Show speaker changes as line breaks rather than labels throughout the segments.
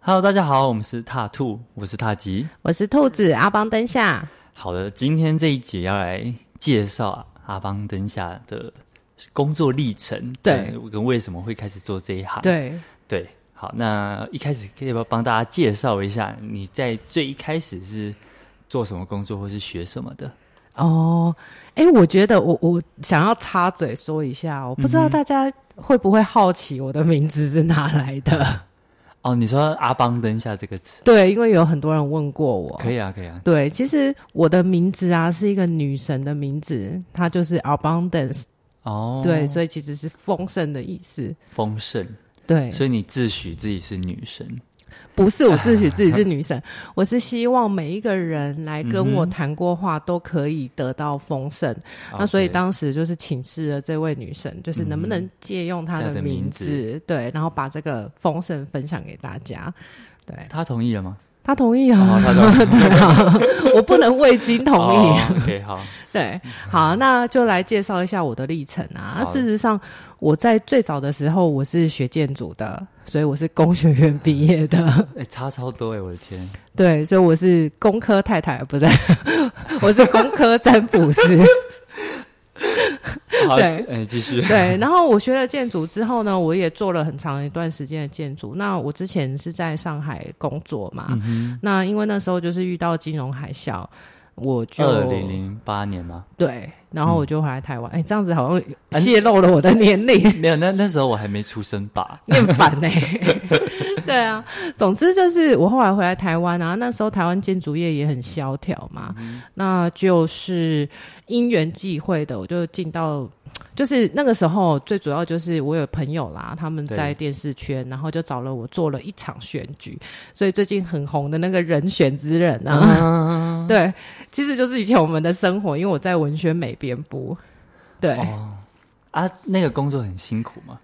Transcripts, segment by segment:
Hello，大家好，我们是踏兔，我是踏吉。
我是兔子
嗯
阿邦灯下，
好的，今天这一节要来介绍阿邦灯下的工作历程，
对
跟，跟为什么会开始做这一行，
对，
对。好，那一开始可以不要帮大家介绍一下，你在最一开始是做什么工作，或是学什么的？
哦，哎、我觉得我我想要插嘴说一下，我不知
嗯
道大家会不会好奇我的名字是哪来的？
哦，你说阿邦灯下这个词，
对，因为有很多人问过我。
可以啊，可以啊，
对，其实我的名字啊是一个女神的名字，它就是 abundance，、
哦，
对，，所以其实是丰盛的意思。
丰盛，
对，
所以你自诩自己是女神，
不是我自诩自己是 女神，我是希望每一个人来跟我
嗯哼
谈过话都可以得到丰盛。
啊
那所以当时就是请示了这位女神，就是能不能借用她
嗯她的
的
名
名字，
字
对，然后把这个丰盛分享给大家。对
他同意了 吗？
她同意
哦
啊，
他同意，
对啊，我不能未经 同意。
哦 OK，好，
对，好，那就来介绍一下我的历程啊。
好
事实上，我在最早的时候我是学建筑的，所以我是工学院毕业的，
哎、差超多哎，我的天！
对，所以我是工科太太，不对， 我是工科占卜师。
好，
对
哎，继续。
对，然后我学了建筑之后呢，我也做了很长一段时间的建筑。那我之前是在上海工作嘛，
嗯
那因为那时候就是遇到金融海啸，我就
二零嗯零八年吗？
对，然后我就回来台湾。哎、这样子好像泄露了我的年龄，
没有，那那时候我还没出生吧？
念反呢、欸 对啊，总之就是我后来回来台湾啊，那时候台湾建筑业也很萧条嘛，
嗯
那就是因缘际会的，我就进到，就是那个时候最主要就是我有朋友啦，他们在
对
电视圈，然后就找了我做了一场选举，所以最近很红的那个人选之人啊，
嗯
对，其实就是以前我们的生活，因为我在文宣美编部，对。
哦，啊，那个工作很辛苦嘛。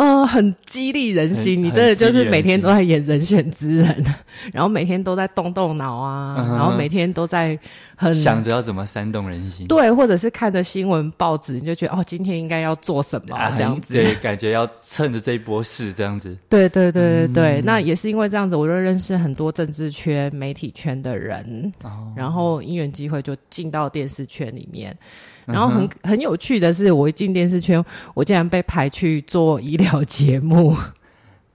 呃，很激励人心，
很
你真的就
很激励
是
人
每天
心
都在演人选之人， 然后每天都在动动脑啊，
嗯哼
然后每天都在很
想着要怎么煽动人心，
对，或者是看着新闻报纸，你就觉得哦，今天应该要做什么、
啊，
这样
很
子。
对，感觉要趁着这一波势这样子。
对对对对
嗯
对，那也是因为这样子，我就认识很多政治圈、媒体圈的人，
哦，
然后因缘机会就进到电视圈里面。
嗯
然后很、很有趣的是，我一进电视圈，我竟然被排去做医疗节目。
嗯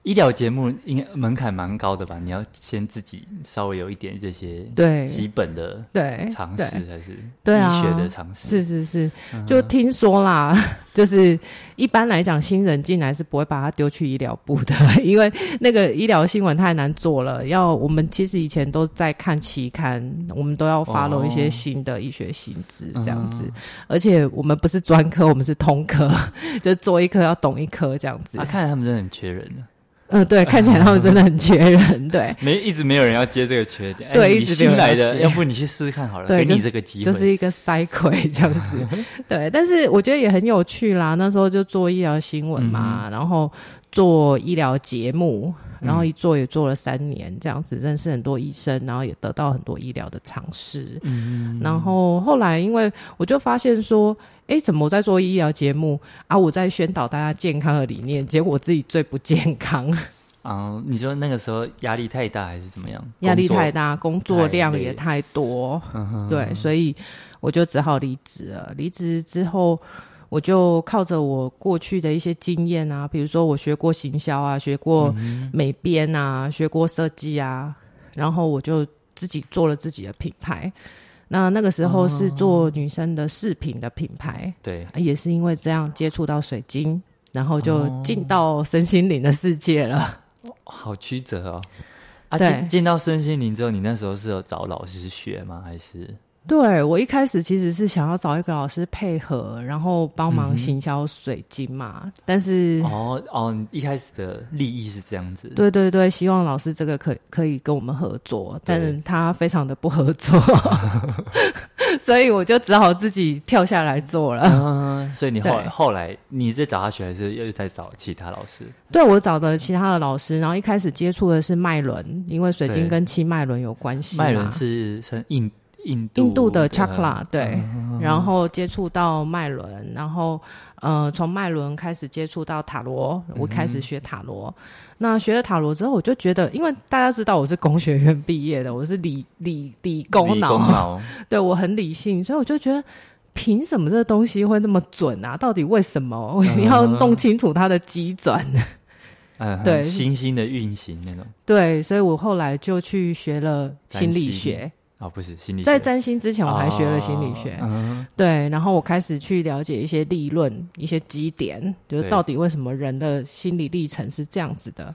医疗节目应该门槛蛮高的吧？你要先自己稍微有一点这些
对
基本的
对，
常识，
对
还是
对啊
医学的常识？
是是是，就听说啦， 就是一般来讲，新人进来是不会把他丢去医疗部的， 因为那个医疗新闻太难做了。要我们其实以前都在看期刊，我们都要 follow 一些新的医学新知这样子，而且我们不是专科，我们是通科， 就做一科要懂一科这样子。
啊，
嗯、
看来他们真的很缺人啊呢，
对，看起来他们真的很缺人，对。
没一直没有人要接这个缺 点。哎
对
你
一直没
新
有人
来
要
的，
接
要不你去试试看好了，
对
给
就
你
是
这个机
就
会。
是一个塞鬼这样子，对。但是我觉得也很有趣啦。那时候就做医疗新闻嘛，然后做医疗节目，然后一做也做了三年，这样子认识很多医生，然后也得到很多医疗的常识。嗯，然后后来因为我就发现说。诶，怎么我在做医疗节目啊？我在宣导大家健康的理念，结果我自己最不健康，
啊、你说那个时候压力太大还是怎么样？
压力太
大。
大，工作量也
太
太多，
嗯哼
对，所以我就只好离职了。离职之后，我就靠着我过去的一些经验啊，比如说我学过行销啊，学过
嗯
美编啊，学过设计啊，然后我就自己做了自己的品牌。那那个时候是做女生的饰品的品牌，
对，
也是因为这样接触到水晶，然后就
哦
进到身心灵的世界了。
好曲折哦。啊，
对
进进到身心灵之后，你那时候是有找老师学吗？还是
对我一开始其实是想要找一个老师配合，然后帮忙行销水晶嘛，但是、
哦哦，你一开始的利益是这样子。
嗯对对对，希望老师这个可可以跟我们合作，但是他非常的不合作， 所以我就只好自己跳下来做了。
嗯，所以你后
对
后来你是找他学，还是又在找其他老师？
对我找的其他的老师，然后一开始接触的是脉轮，因为水
对
晶跟七脉轮有关系嘛。
麦伦是算印印度
啊印度的 Chakla 对，嗯然后接触到脉轮，然后呃从脉轮开始接触到塔罗，我开始学塔罗。那学了塔罗之后，我就觉得，因为大家知道我是工学院毕业的，我是理理理工
理
脑，
工脑，
对我很理性，所以我就觉得。凭什么这东西会那么准啊？到底为什么？ 我一定要弄清楚它的机转。
嗯，
对
星星的运行那种，
对，所以我后来就去学了心理
占星
学。
哦，不是心理学，
在占星之前，我还学了心理学。
哦嗯
对，然后我开始去了解一些理论、一些基点，就是
对
到底为什么人的心理历程是这样子的。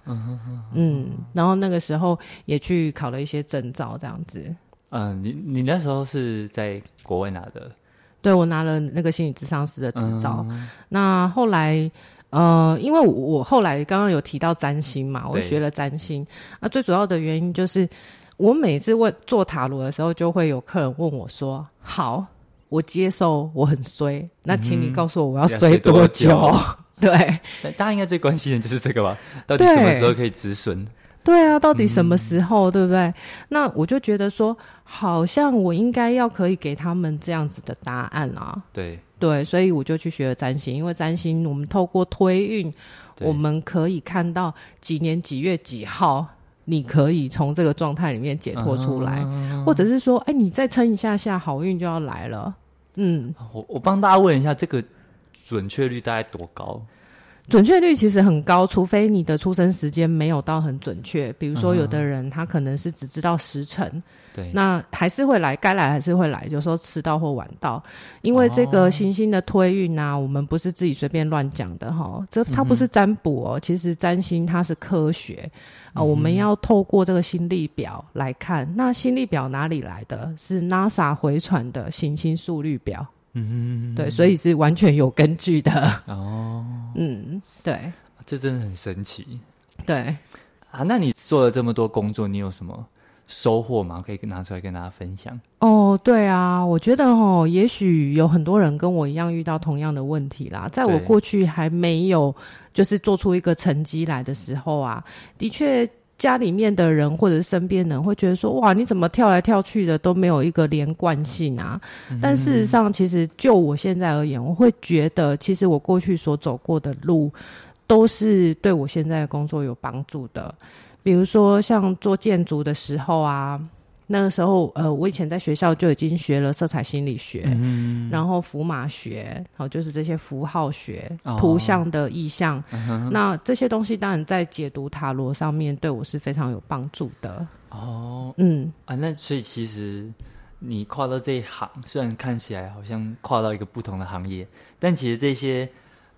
嗯，然后那个时候也去考了一些证照，这样子。
嗯，你你那时候是在国外拿的
对我拿了那个心理咨商师的执照。
嗯
那后来。呃，因为我我后来刚刚有提到占星嘛，我
对
学了占星。那、最主要的原因就是，我每次问做塔罗的时候，就会有客人问我说：“好，我接受我很衰，那请你告诉我我要
嗯要
衰
衰多
久？” 对
那大家应该最关心的就是这个吧？到底什么时候可以止损？
对啊，到底什么时
嗯
候，对不对？那我就觉得说，好像我应该要可以给他们这样子的答案啊。
对，
对，所以我就去学了占星，因为占星我们透过推运，
对
我们可以看到几年几月几号，你可以从这个状态里面解脱出来，或者是说，哎，你再撑一下下，好运就要来了。嗯，
我我帮大家问一下，这个准确率大概多高？
准确率其实很高，除非你的出生时间没有到很准确。比如说，有的人他可能是只知道时辰，
对，
那还是会来，该来还是会来，有时候迟到或晚到，因为这
哦
个行星的推运啊，我们不是自己随便乱讲的哈，这它
嗯
不是占卜哦，其实占星它是科学啊、
嗯
我们要透过这个星历表来看，那星历表哪里来的？是 NASA 回传的行星速率表，
嗯，
对，所以是完全有根据的，
哦，
嗯，对
这真的很神奇
对。
啊！那你做了这么多工作，你有什么收获吗？可以拿出来跟大家分享。
哦，对啊，我觉得哦，也许有很多人跟我一样遇到同样的问题啦。在我
对
过去还没有就是做出一个成绩来的时候啊，的确家里面的人或者是身边人会觉得说，哇，你怎么跳来跳去的都没有一个连贯性啊。但事实上，其实就我现在而言，我会觉得其实我过去所走过的路都是对我现在的工作有帮助的。比如说像做建筑的时候啊，那个时候呃，我以前在学校就已经学了色彩心理学，
嗯
然后符码学，然后就是这些符号学、
哦嗯
图像的意象，那这些东西当然在解读塔罗上面对我是非常有帮助的。
哦
嗯，
啊，那所以其实你跨到这一行，虽然看起来好像跨到一个不同的行业，但其实这些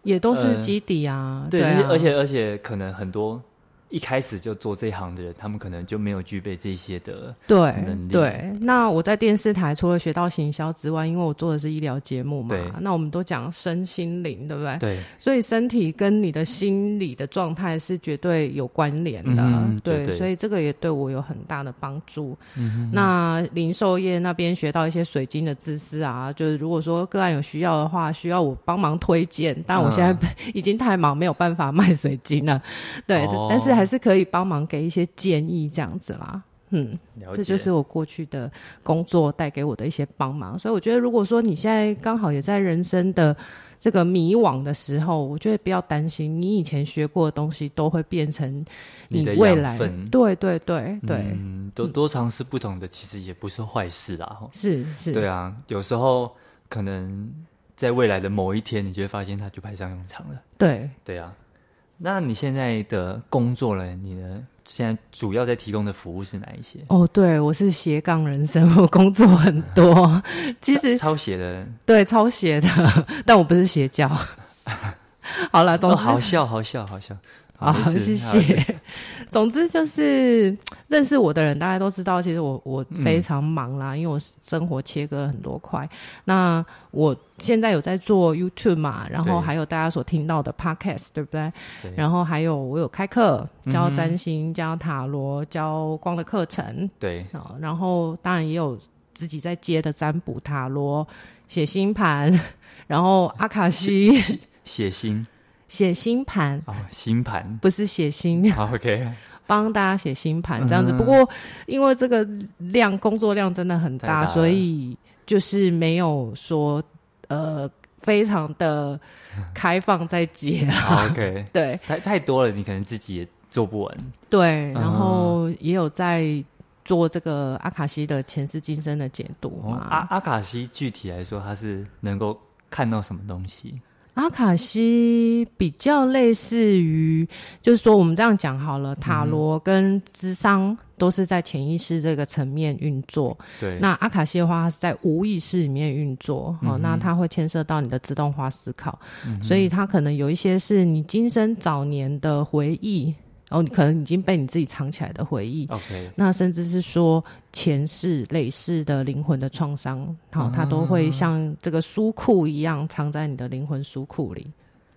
也都是
呃
基底啊，
对，
啊
就是而且而且可能很多一开始就做这一行的人，他们可能就没有具备这些的
对
能力
对，那我在电视台除了学到行销之外，因为我做的是医疗节目嘛
对，
那我们都讲身心灵，对不对？
对
所以身体跟你的心理的状态是绝对有关联的，
嗯
对，
绝对嗯
所以这个也对我有很大的帮助。那零售业那边学到一些水晶的知识啊，就是如果说个案有需要的话，需要我帮忙推荐，但
嗯
我现在 已经太忙，没有办法卖水晶了，对，
哦
但是还是可以帮忙给一些建议这样子啦，嗯。
了解，
这就是我过去的工作带给我的一些帮忙。所以我觉得，如果说你现在刚好也在人生的这个迷惘的时候，我觉得不要担心，你以前学过的东西都会变成
你的
未
养
来。
分
对对对对，
嗯，多多尝试不同的，其实也不是坏事啦。吼
是是，
对啊，有时候可能在未来的某一天，你就会发现它就派上用场了。
对
对啊，那你现在的工作嘞，你的现在主要在提供的服务是哪一些？
哦，对我是斜杠人生， 我工作很多，其实
抄写的，
对超斜的， 但我不是邪教。 好了，总
哦，
之、
好笑，好笑，好 笑。
好，
没事
谢。
好
谢。 总之就是认识我的人，大家都知道，其实我我
嗯
非常忙啦，因为我生活切割了很多块。那我现在有在做 YouTube 嘛，然后
对
还有大家所听到的 Podcast，对不对？
对嗯
然后还有我有开课，教占星、教塔罗、教光的课程
对，
啊，然后当然也有自己在接的占卜、塔罗、写星盘， 然后阿卡西
写星
写星盘，
哦，星盘。哦
不是写星。
好，OK，
帮大家写星盘这样子。
嗯
不过因为这个量工作量真的很
太大
大，
了
所以就是没有说呃非常的开放在接 啊。
好哦 OK，
对
太太多了，你可能自己也做不完。嗯
对，然后也有在做这个阿卡西的前世今生的解读
哦
嘛。
阿阿卡西具体来说，它是能够看到什么东西？
阿卡西比较类似于，就是说我们这样讲好了，塔罗
嗯
跟智商都是在潜意识这个层面运作。
对，
那阿卡西的话，它是在无意识里面运作，
嗯
哦，
哼嗯
那它会牵涉到你的自动化思考，所以它可能有一些是你今生早年的回忆，哦，你可能已经被你自己藏起来的回忆，
OK，
那甚至是说前世、累世的灵魂的创伤，好、它都会像这个书库一样藏在你的灵魂书库里。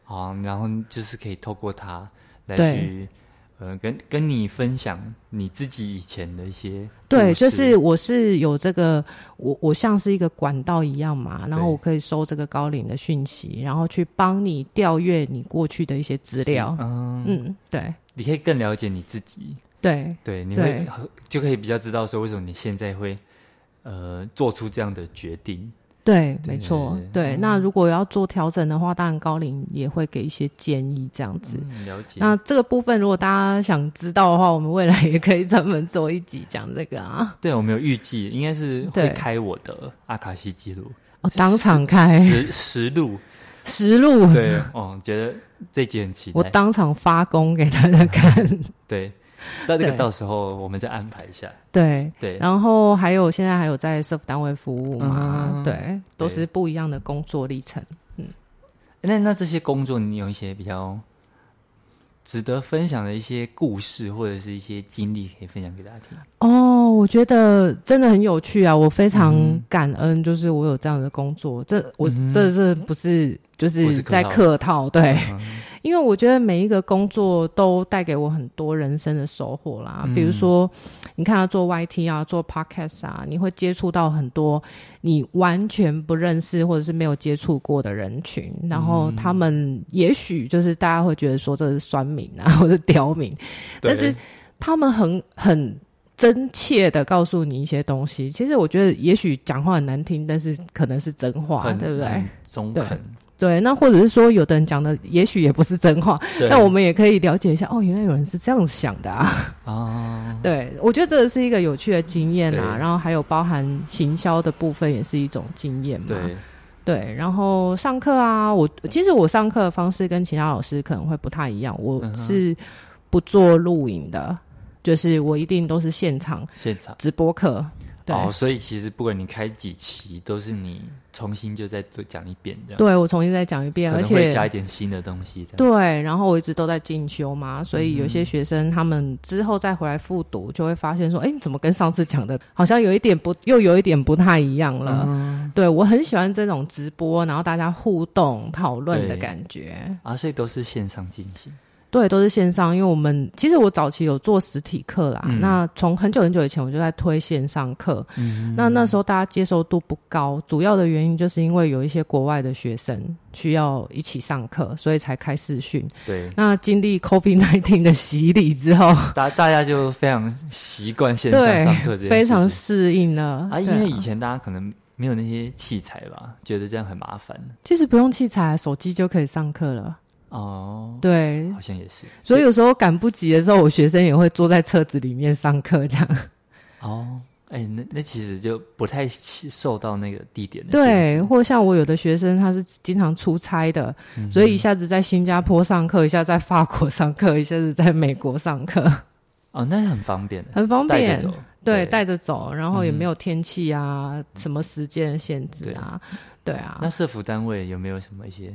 好，然后就是可以透过它来
对
去，呃，跟跟你分享你自己以前的一些故事，
对，就是我是有这个，我我像是一个管道一样嘛，然后
对
我可以收这个高龄的讯息，然后去帮你调阅你过去的一些资料。
嗯，
嗯，对
你可以更了解你自己，
对
对，你会
对
就可以比较知道说为什么你现在会呃做出这样的决定。
对，
对嗯
没错
对。
对，那如果要做调整的话，当然高龄也会给一些建议这样子。
嗯，了解。
那这个部分，如果大家想知道的话，我们未来也可以专门做一集讲这个啊。
对我没有预计，应该是会
对
开我的阿卡西记录，
哦，当场开
实实 录。
实录，
对，哦，觉得这集很期
我
待。
当场发功给大家看。
对，到这个
对
到时候我们再安排一下。
对，
对，
然后还有现在还有在社服单位服务嘛？
嗯
对，都是不一样的工作历程。
那那这些工作，你有一些比较值得分享的一些故事，或者是一些经历，可以分享给大家听。
哦，我觉得真的很有趣啊！我非常
嗯
感恩，就是我有这样的工作。这我、
嗯
这这不是
不
就是
是客
在
套
客套，对，
嗯
因为我觉得每一个工作都带给我很多人生的收获啦，
嗯
比如说你看他做 YT 啊，做 Podcast 啊，你会接触到很多你完全不认识或者是没有接触过的人群，然后
嗯
他们也许就是大家会觉得说这是酸民啊， 或者刁民，但是
对
他们很很。真切的告诉你一些东西，其实我觉得也许讲话很难听，但是可能是真话，
很
对不对
很？中
对
肯。
对，那或者是说，有的人讲的也许也不是真话，
对
那我们也可以了解一下，哦，原来有人是这样想的啊。
啊，
对，我觉得这个是一个有趣的经验啊，
对
然后还有包含行销的部分也是一种经验嘛。
对，
对然后上课啊，我其实我上课的方式跟其他老师可能会不太一样，我
嗯哼
是不做录影的，就是我一定都是现场
现场。
直播课。对，
哦，所以其实不管你开几期，都是你重新就再做讲一遍这样，
对我重新再讲一遍，
啊可
而
能会
且
加一点新的东西这样。
对，然后我一直都在进修嘛，所以有些学生他们之后再回来复读，就会发现说，哎、你怎么跟上次讲的好像有一点不，又有一点不太一样了。
嗯
对我很喜欢这种直播，然后大家互动讨论的
对
感觉。
啊，所以都是线上进行。
对，都是线上，因为我们其实我早期有做实体课啦，
嗯
那从很久很久以前我就在推线上课，
嗯，
那那时候大家接受度不高，主要的原因就是因为有一些国外的学生需要一起上课，所以才开视讯。
对，
那经历 COVID 1 9的洗礼之后，
大大家就非常习惯线上
对
上课这件事情，
非常适应了。
啊，因
对
为以前大家可能没有那些器材吧，觉得这样很麻烦
其实不用器材，啊手机就可以上课了。
哦。
对，
好像也是
所以有时候赶不及的时候，我学生也会坐在车子里面上课，这样。
哦，哎、那那其实就不太受到那个地点的限
对，
制
或像我有的学生，他是经常出差的，
嗯
所以一下子在新加坡上课，一下在法国上课，一下子在美国 上课，
哦，那很方便的，
很方
带着
便。啊
走，嗯
对，带着走，然后也没有天气啊，什么时间的限制啊，对啊。
那社服单位有没有什么一些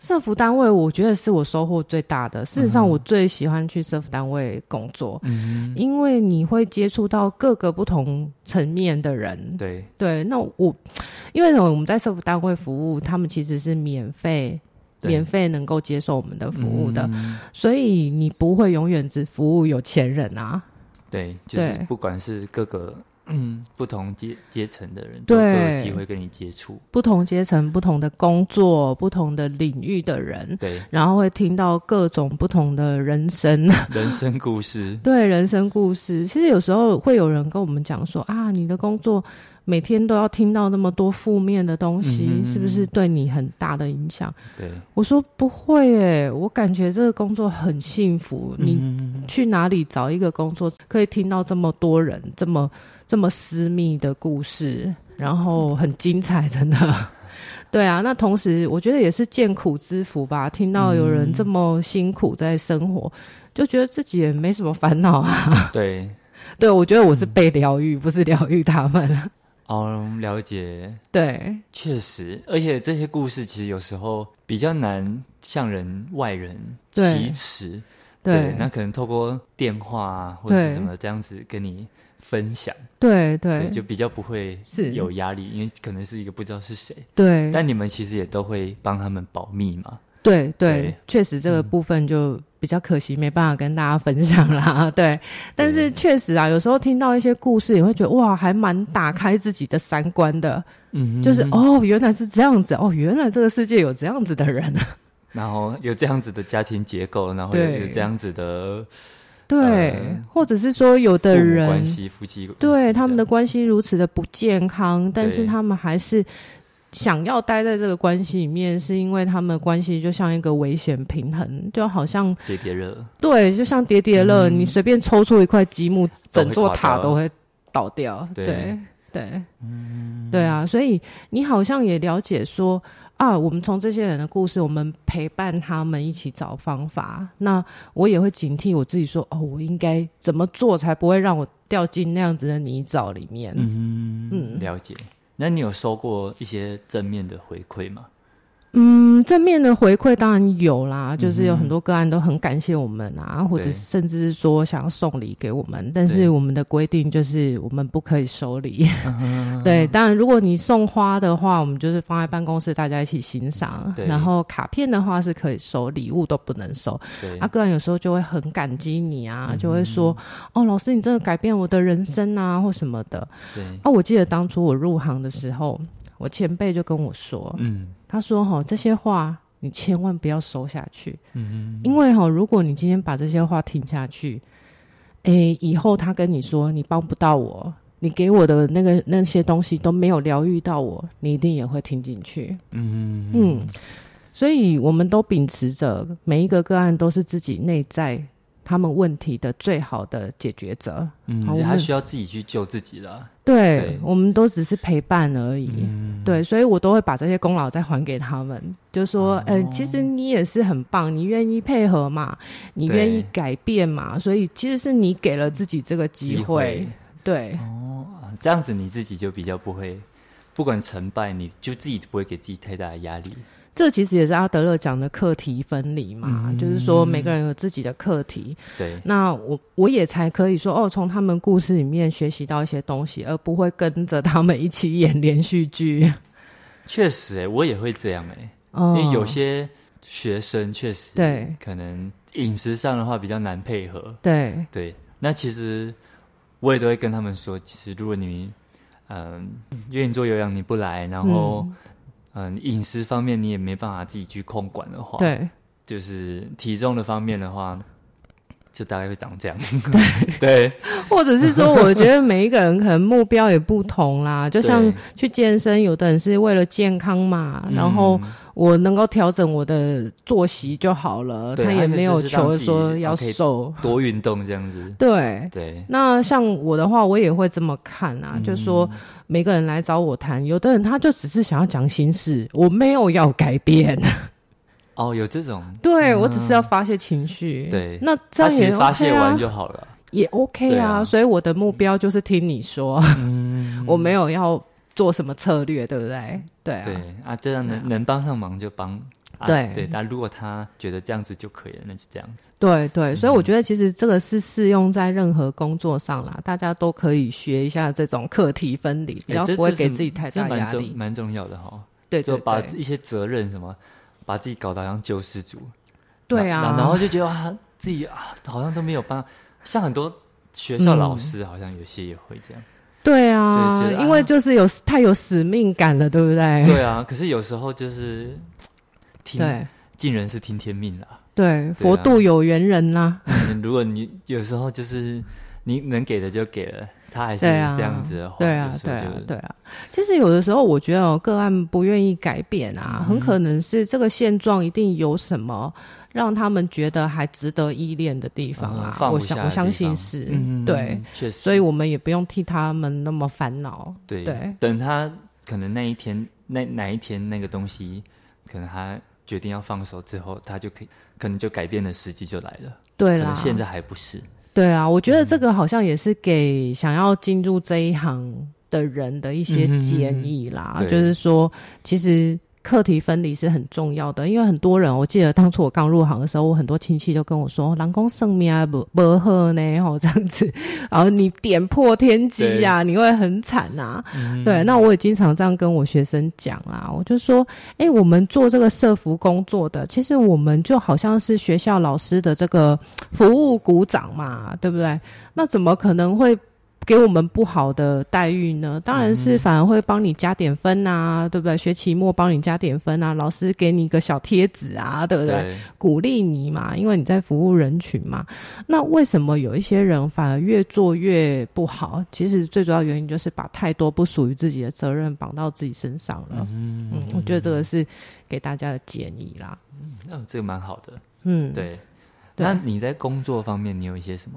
社服单位，我觉得是我收获最大的。事实上，我最喜欢去社服单位工作，
嗯
因为你会接触到各个不同层面的人。
对
对，那我因为我们在社服单位服务，他们其实是免费。
对
免费能够接受我们的服务的，
嗯
所以你不会永远只服务有钱人啊。
对，就是
对
不管是各个 嗯不同阶阶层的人都都有
对
机会跟你接触，
不同阶层、不同的工作、不同的领域的人，
对
然后会听到各种不同的人生，
人生故事，
对人生故事。其实有时候会有人跟我们讲说啊，你的工作每天都要听到那么多负面的东西，
嗯哼
是不是对你很大的影响？
对，
我说不会诶、我感觉这个工作很幸福。你
嗯
去哪里找一个工作，可以听到这么多人这么这么私密的故事，然后很精彩，真的。 对啊，那同时我觉得也是见苦知福吧。听到有人这么辛苦在生活，就觉得自己也没什么烦恼啊。
对，
对，我觉得我是被疗愈，不是疗愈他们。
哦，了解，
对，
确实，而且这些故事其实有时候比较难向人外人
对
启齿，
对，
那可能透过电话啊或者是
对
什么这样子跟你分享，
对，
对，
对，
就比较不会
是
有压力，因为可能是一个不知道是谁，
对，
但你们其实也都会帮他们保密嘛，
对对
对，嗯
确实这个部分就比较可惜，没办法跟大家分享啦。 对，但是确实啊，有时候听到一些故事，也会觉得哇，还蛮打开自己的三观的。
嗯，
就是，哦，原来是这样子，哦，原来这个世界有这样子的人。
然后有这样子的家庭结构，然后有
对
有这样子的
对，
呃
或者是说有
父
的
母关
人
系、夫妻关系这
对
样
他们的关系如此的不健康，但是
对
他们还是想要待在这个关系里面，是因为他们的关系就像一个危险平衡，就好像
叠叠热，
对，就像叠叠乐，你随便抽出一块积木，
都会
整座
垮
塔
掉
都会倒掉。
对
对对，对啊，所以你好像也了解说啊，我们从这些人的故事，我们陪伴他们一起找方法。那我也会警惕我自己说，哦，我应该怎么做才不会让我掉进那样子的泥沼里面？
嗯嗯，了解。那你有收过一些正面的回馈吗？
嗯，正面的回馈当然有啦，就是有很多个案都很感谢我们啊，或者
嗯对
甚至是说想要送礼给我们，但是我们的规定就是我们不可以收礼。
嗯
对，当然如果你送花的话，我们就是放在办公室大家一起欣赏
对，
然后卡片的话是可以收，礼物都不能收。
对，嗯
啊，个人有时候就会很感激你啊，就会说哦，老师你真的改变我的人生啊，或什么的。
对，
啊，我记得当初我入行的时候，我前辈就跟我说，
嗯
他说：“哈，这些话你千万不要收下去，
嗯
因为哈，如果你今天把这些话听下去，诶，以后他跟你说你帮不到我，你给我的那个那些东西都没有疗愈到我，你一定也会听进去。
嗯
嗯，所以我们都秉持着每一个个案都是自己内在他们问题的最好的解决者。
嗯，
好我
他
们
需要自己去救自己啦。
对，
对
我们都只是陪伴而已。
嗯，
对，所以我都会把这些功劳再还给他们，就说，
哦
嗯、其实你也是很棒，你愿意配合嘛，你
对
愿意改变嘛，所以其实是你给了自己这个机会，对，
啊这样子你自己就比较不会，不管成败，你就自己不会给自己太大的压力。
这其实也是阿德勒讲的课题分离嘛，
嗯
就是说每个人有自己的课题，
对，
那我我也才可以说，哦，从他们故事里面学习到一些东西，而不会跟着他们一起演连续剧，
确实、欸，我也会这样哎、
嗯，
因为有些学生确实
对
可能饮食上的话比较难配合。
对
对，那其实我也都会跟他们说，其实如果你嗯愿意做有氧你不来，然后嗯饮食方面你也没办法自己去控管的话，，
对
就是体重的方面的话，就大概会长这样。 对
或者是说，我觉得每一个人可能目标也不 同啦。就像去健身，有的人是为了健康嘛，
嗯
然后我能够调整我的作息就好了，
对
他也没有求说要
他就是让自己
瘦。
多运动这样子，
对，
对，
那像我的话，我也会这么看啊，
嗯
就说每个人来找我谈，有的人他就只是想要讲心事，我没有要改 变，
哦，有这种，
对我只是要发泄情绪。
对
那
他
这样
其
也
实发泄
OK 啊
完就好了，
也 OK
对
啊，
啊嗯
所以我的目标就是听你说， 我没有要做什么策略，对不对？对啊，
对啊，这样能、能帮上忙就帮。啊
对
对，那如果他觉得这样子就可以了，那就这样子。
对
嗯
对，所以我觉得其实这个是适用在任何工作上啦，大家都可以学一下这种课题分离，比
哎
较
这
不会
这
给
是
自己太
这
大
蛮
压
重
力。
蛮重要的哈。
对
就
对
把
对，
一些责任什么，把自己搞得好像救世主。
对
然
啊，
然然后就觉得啊，自己啊好像都没有帮，像很多学校老
嗯
师好像有些也会这样。
对啊
对觉，得
因为
啊
就是有太有使命感了，对不对？
对啊，可是有时候就是听
对
尽人是听天命啦。
对，佛度有缘人啦、
嗯如果你有时候就是你能给的就给了，他还是
对啊
这样子的话，
对啊
有，时
对
候
啊
就，
对啊。其实有的时候，我觉得、哦、个案不愿意改变啊，
嗯
很可能是这个现状一定有什么让他们觉得还值得依恋的地方
嗯
啊。
放不
我
下
想，
的
我
地
相信
方
是、
嗯，
对，，
确实，
所以我们也不用替他们那么烦恼。
对
对
等他可能那一天那哪一天那个东西，可能他决定要放手之后，他就可以可能就改变的时机就来了，
对
可
啦，
能现在还不是，
对啊，我觉得这个
嗯
好像也是给想要进入这一行的人的一些建议啦，
嗯哼嗯哼对
就是说，其实课题分离是很重要的，因为很多人，我记得当初我刚入行的时候，我很多亲戚就跟我说：“狼公圣命啊，不不喝呢，吼这样子，然后 你点破天机呀、你会很惨呐、对，那我也经常这样跟我学生讲啦，我就说：“哎、我们做这个社服工作的，其实我们就好像是学校老师的这个服务鼓掌嘛，对不对？那怎么可能会给我们不好的待遇呢？当然是反而会帮你加点分呐、对不对？学期末帮你加点分啊，老师给你一个小贴纸啊，对不对？
对，
鼓励你嘛，因为你在服务人群嘛。那为什么有一些人反而越做越不好？其实最主要原因就是把太多不属于自己的责任绑到自己身上了。嗯我觉得这个是给大家的建议啦。
那、这个蛮好的，
嗯，
对。
对
那你在工作方面，你有一些什么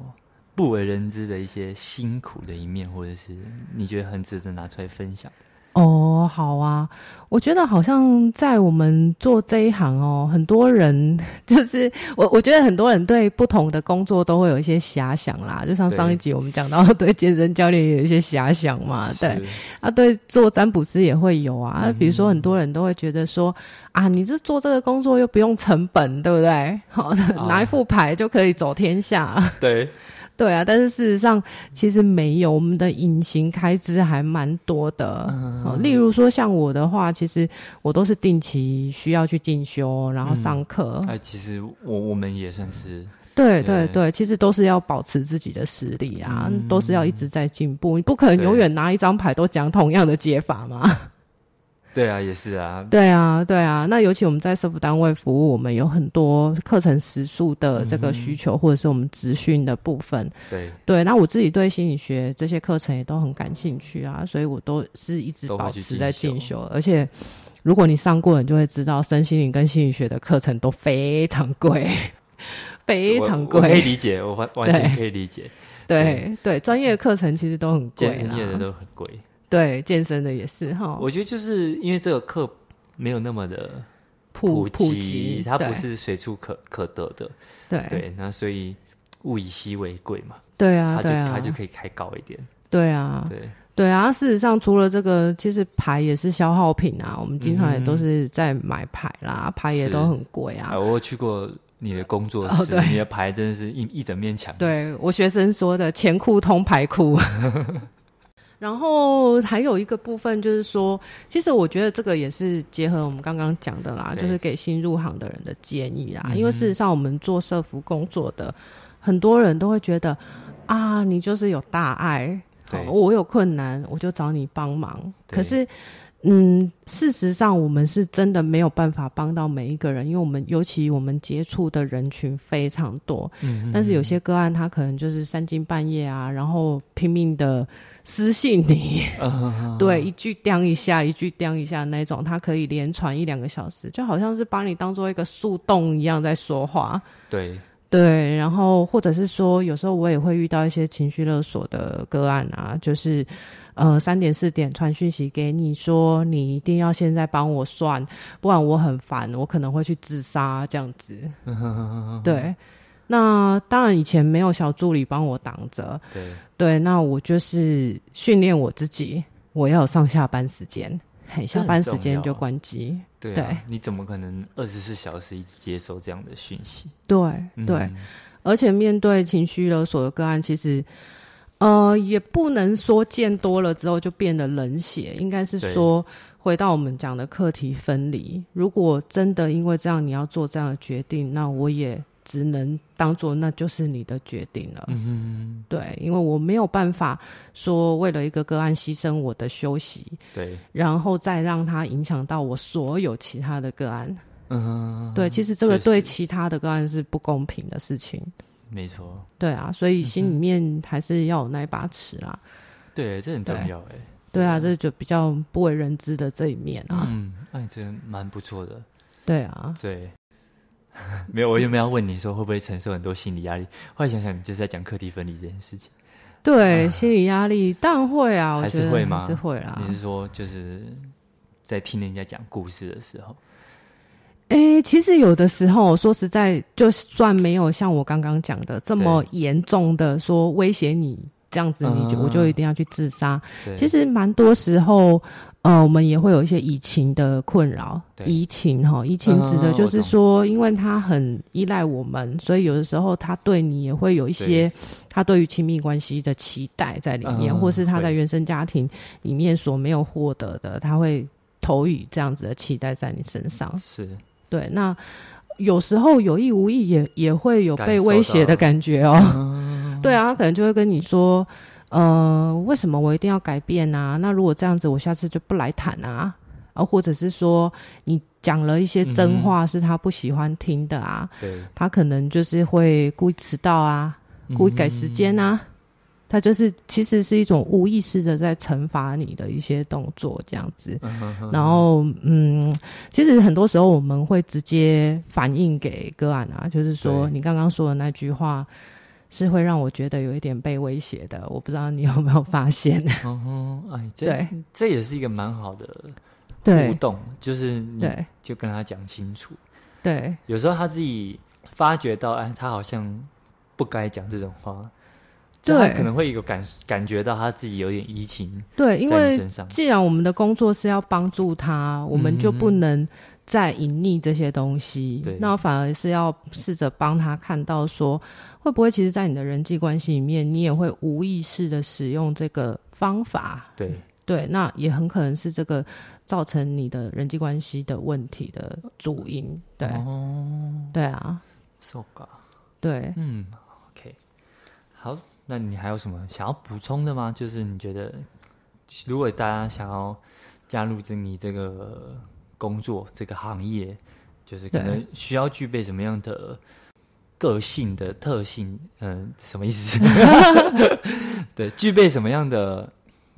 不为人知的一些辛苦的一面，或者是你觉得很值得拿出来分享？
哦，好啊，我觉得好像在我们做这一行哦，很多人 就是我，我觉得很多人对不同的工作都会有一些遐想啦。就像上一
对
集我们讲到， 对健身教练也有一些遐想嘛，对。
是，嗯
啊，对，做占卜师也会有啊。比如说，很多人都会觉得说，啊，你这做这个工作又不用成本，对不对？
哦
好、拿一副牌就可以走天下。
对，
对啊，但是事实上其实没有，我们的隐形开支还蛮多的。好例如说，像我的话，其实我都是定期需要去进修，然后上课。
哎，其实我我们也算是，
对
对
对对，其实都是要保持自己的实力啊，都是要一直在进步。你不可能
对
永远拿一张牌都讲同样的解法嘛。
对啊，也是啊，
对啊，对啊，那尤其我们在社服单位服务，我们有很多课程时数的这个需求，或者是我们职训的部分。
对，
对，那我自己对心理学这些课程也都很感兴趣啊，所以我都是一直
都会
保
去
持在
进
进
修
修，而且。如果你上过，你就会知道，身心灵跟心理学的课程都非常贵，非
我
常
我可以
贵。
理解，我完完全
对
可以理解，
对对，专业课程其实都很贵
健身业的
啦。
都很贵。
对，健身的也是哈，
我觉得就是因为这个课没有那么的
普
及，
及，
它不
对
是随处可可得的，
对
对，那所以物以稀为贵嘛，
对
它
啊，
就
对啊
它，就可以开高一点，
对啊，
对，
对啊，事实上除了这个，其实牌也是消耗品啊。我们经
嗯
常也都是在买牌啦，牌也都很贵啊
啊，。我有去过你的工作
哦
室，
对
你的牌真的是一一整面墙，
对我学生说的，钱库通牌 库。然后还有一个部分就是说，其实我觉得这个也是结合我们刚刚讲的啦，
对嗯
就是给新入行的人的建议啦。因为事实上，我们做社服工作的，很多人都会觉得啊，你就是有大爱，好
对，
我有困难我就找你帮忙。
对
可是，嗯，事实上我们是真的没有办法帮到每一个人，因为我们尤其我们接触的人群非常多，
嗯
但是有些个案他可能就是三更半夜啊，然后拼命的私信 你，
啊
对，一句叮一下，一句叮一下那种，他可以连传一两个小时，就好像是把你当做一个树洞一样在说话。
对，
对，然后或者是说，有时候我也会遇到一些情绪勒索的个案啊，就是呃三点四点传讯息给你说，你一定要现在帮我算，不然我很烦，我可能会去自杀这样子。
嗯
对，那当然以前没有小助理帮我挡着，
对，
对，那我就是训练我自己，我要有上下班时间，嘿，
这
下
很
班
重
时间就
要
关机。
对啊，
对
你怎么可能二十四小时一直接收这样的讯息？嗯
对对，而且面对情绪勒索的个案，其实呃也不能说见多了之后就变得冷血，应该是
对
说回到我们讲的课题分离。如果真的因为这样你要做这样的决定，那我也只能当做那就是你的决定了。
嗯哼，
对，因为我没有办法说为了一个个案牺牲我的休息，
对，
然后再让它影响到我所有其他的个案。
嗯哼，
对，其实这个
确实
对其他的个案是不公平的事情。
没错，
对啊，所
嗯
以心里面还是要有那一把尺啦。
对，这很重
对
要哎。
对啊，这就比较不为人知的这一面啊。
嗯，那你真的蛮不错的。
对啊，
对， 没有，我原本要问你说会不会承受很多心理压力，后来想想你就是在讲课题分离这件事情。
对，心理压力当然会啊，我
还是
觉得
会吗
还是会啦。
你是说就是在听人家讲故事的时候，
诶、其实有的时候，说实在，就算没有像我刚刚讲的这么严重的说威胁你这样子，你就、
嗯
我就一定要去自杀。
对，
其实蛮多时候，呃，我们也会有一些移情的困扰。
对
移情哈，移情指的就
嗯
是
我懂
说，因为他很依赖我们，所以有的时候他对你也会有一些他对于亲密关系的期待在里面，
嗯
或是他在
会
原生家庭里面所没有获得的，他会投予这样子的期待在你身上。
是
对，那有时候有意无意也也会有
感
被
受
威胁
到嗯
的感觉哦。对啊，他可能就会跟你说，呃，为什么我一定要改变啊？那如果这样子，我下次就不来谈啊。啊，或者是说你讲了一些
嗯
真话是他不喜欢听的啊，
对，
他可能就是会故意迟到啊，故意改时间
嗯
啊。他就是其实是一种无意识的在惩罚你的一些动作，这样子。
嗯哼哼
然后，嗯，其实很多时候我们会直接反映给个案啊，就是说
对
你刚刚说的那句话是会让我觉得有一点被威胁的，我不知道你有没有发 现？
嗯哼，哎，这
对
这也是一个蛮好的互
对
动，就是你
对
就跟他讲清楚，
对
有时候他自己发觉到，哎，他好像不该讲这种话。就他
对
可能会有感感觉到他自己有点移情
对，因
在你
为
身上，
既然我们的工作是要帮助他，我们就不能再隐匿这些东西，
嗯对
那反而是要试着帮他看到说，会不会其实，在你的人际关系里面，你也会无意识的使用这个方法，
对，
对，那也很可能是这个造成你的人际关系的问题的主因。对，对啊，
受感。
对，
嗯，OK，好，那你还有什么想要补充的吗？就是你觉得，如果大家想要加入这你这个工作这个行业，就是可
对
能需要具备什么样的个性的特性？嗯、什么意思？ 对，具备什么样的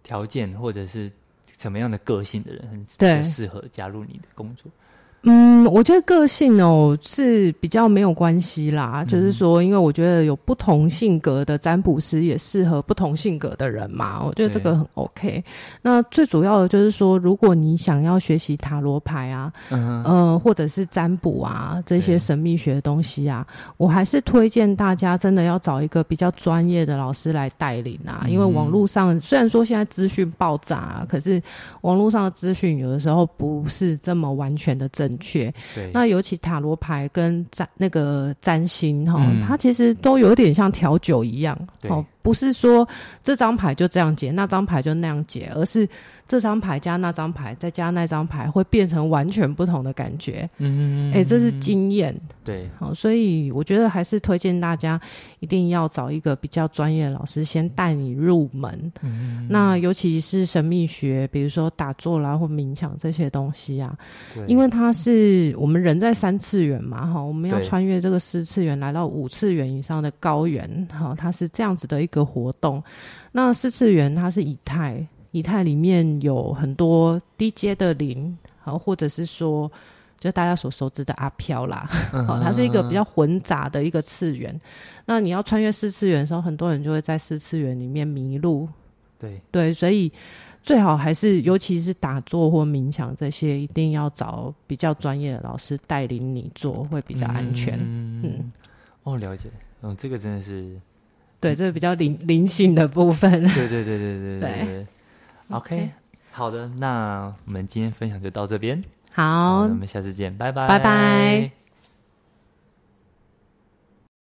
条件，或者是什么样的个性的人，很比较
对
适合加入你的工作？
嗯，我觉得个性哦是比较没有关系啦，就是说，因为我觉得有不同性格的占卜师也适合不同性格的人嘛，我觉得这
对
个很 OK。那最主要的就是说，如果你想要学习塔罗牌啊，
嗯哼，
呃，或者是占卜啊这
对
些神秘学的东西啊，我还是推荐大家真的要找一个比较专业的老师来带领啊，
嗯
因为网络上虽然说现在资讯爆炸、啊，可是网络上的资讯有的时候不是这么完全的正确。
对，
那尤其塔罗牌跟占那个占星哈、
嗯
它其实都有点像调酒一样
对
哦，不是说这张牌就这样解，那张牌就那样解，而是这张牌加那张牌再加那张牌会变成完全不同的感觉。
嗯
哎、这是经验
对，
好、哦，所以我觉得还是推荐大家一定要找一个比较专业的老师先带你入门。
嗯
那尤其是神秘学，比如说打坐啦或冥想这些东西啊，
对，
因为它是我们人在三次元嘛，哈，我们要
对
穿越这个四次元，来到五次元以上的高原，哈，它是这样子的一个活动。那四次元它是以太，以太里面有很多低阶的零，好，或者是说。就大家所熟知的阿飘啦，
嗯
好，它是一个比较混杂的一个次元。那你要穿越四次元的时候，很多人就会在四次元里面迷路，
对，
对，所以最好还是，尤其是打坐或冥想这些，一定要找比较专业的老师带领你做，会比较安全。
嗯，哦，了解，嗯，这个真的是，
对，这是比较灵灵性的部分。
对对对对对
对
对。OK，好的，那我们今天分享就到这边，
好
那我，们下次见，拜拜，
拜拜。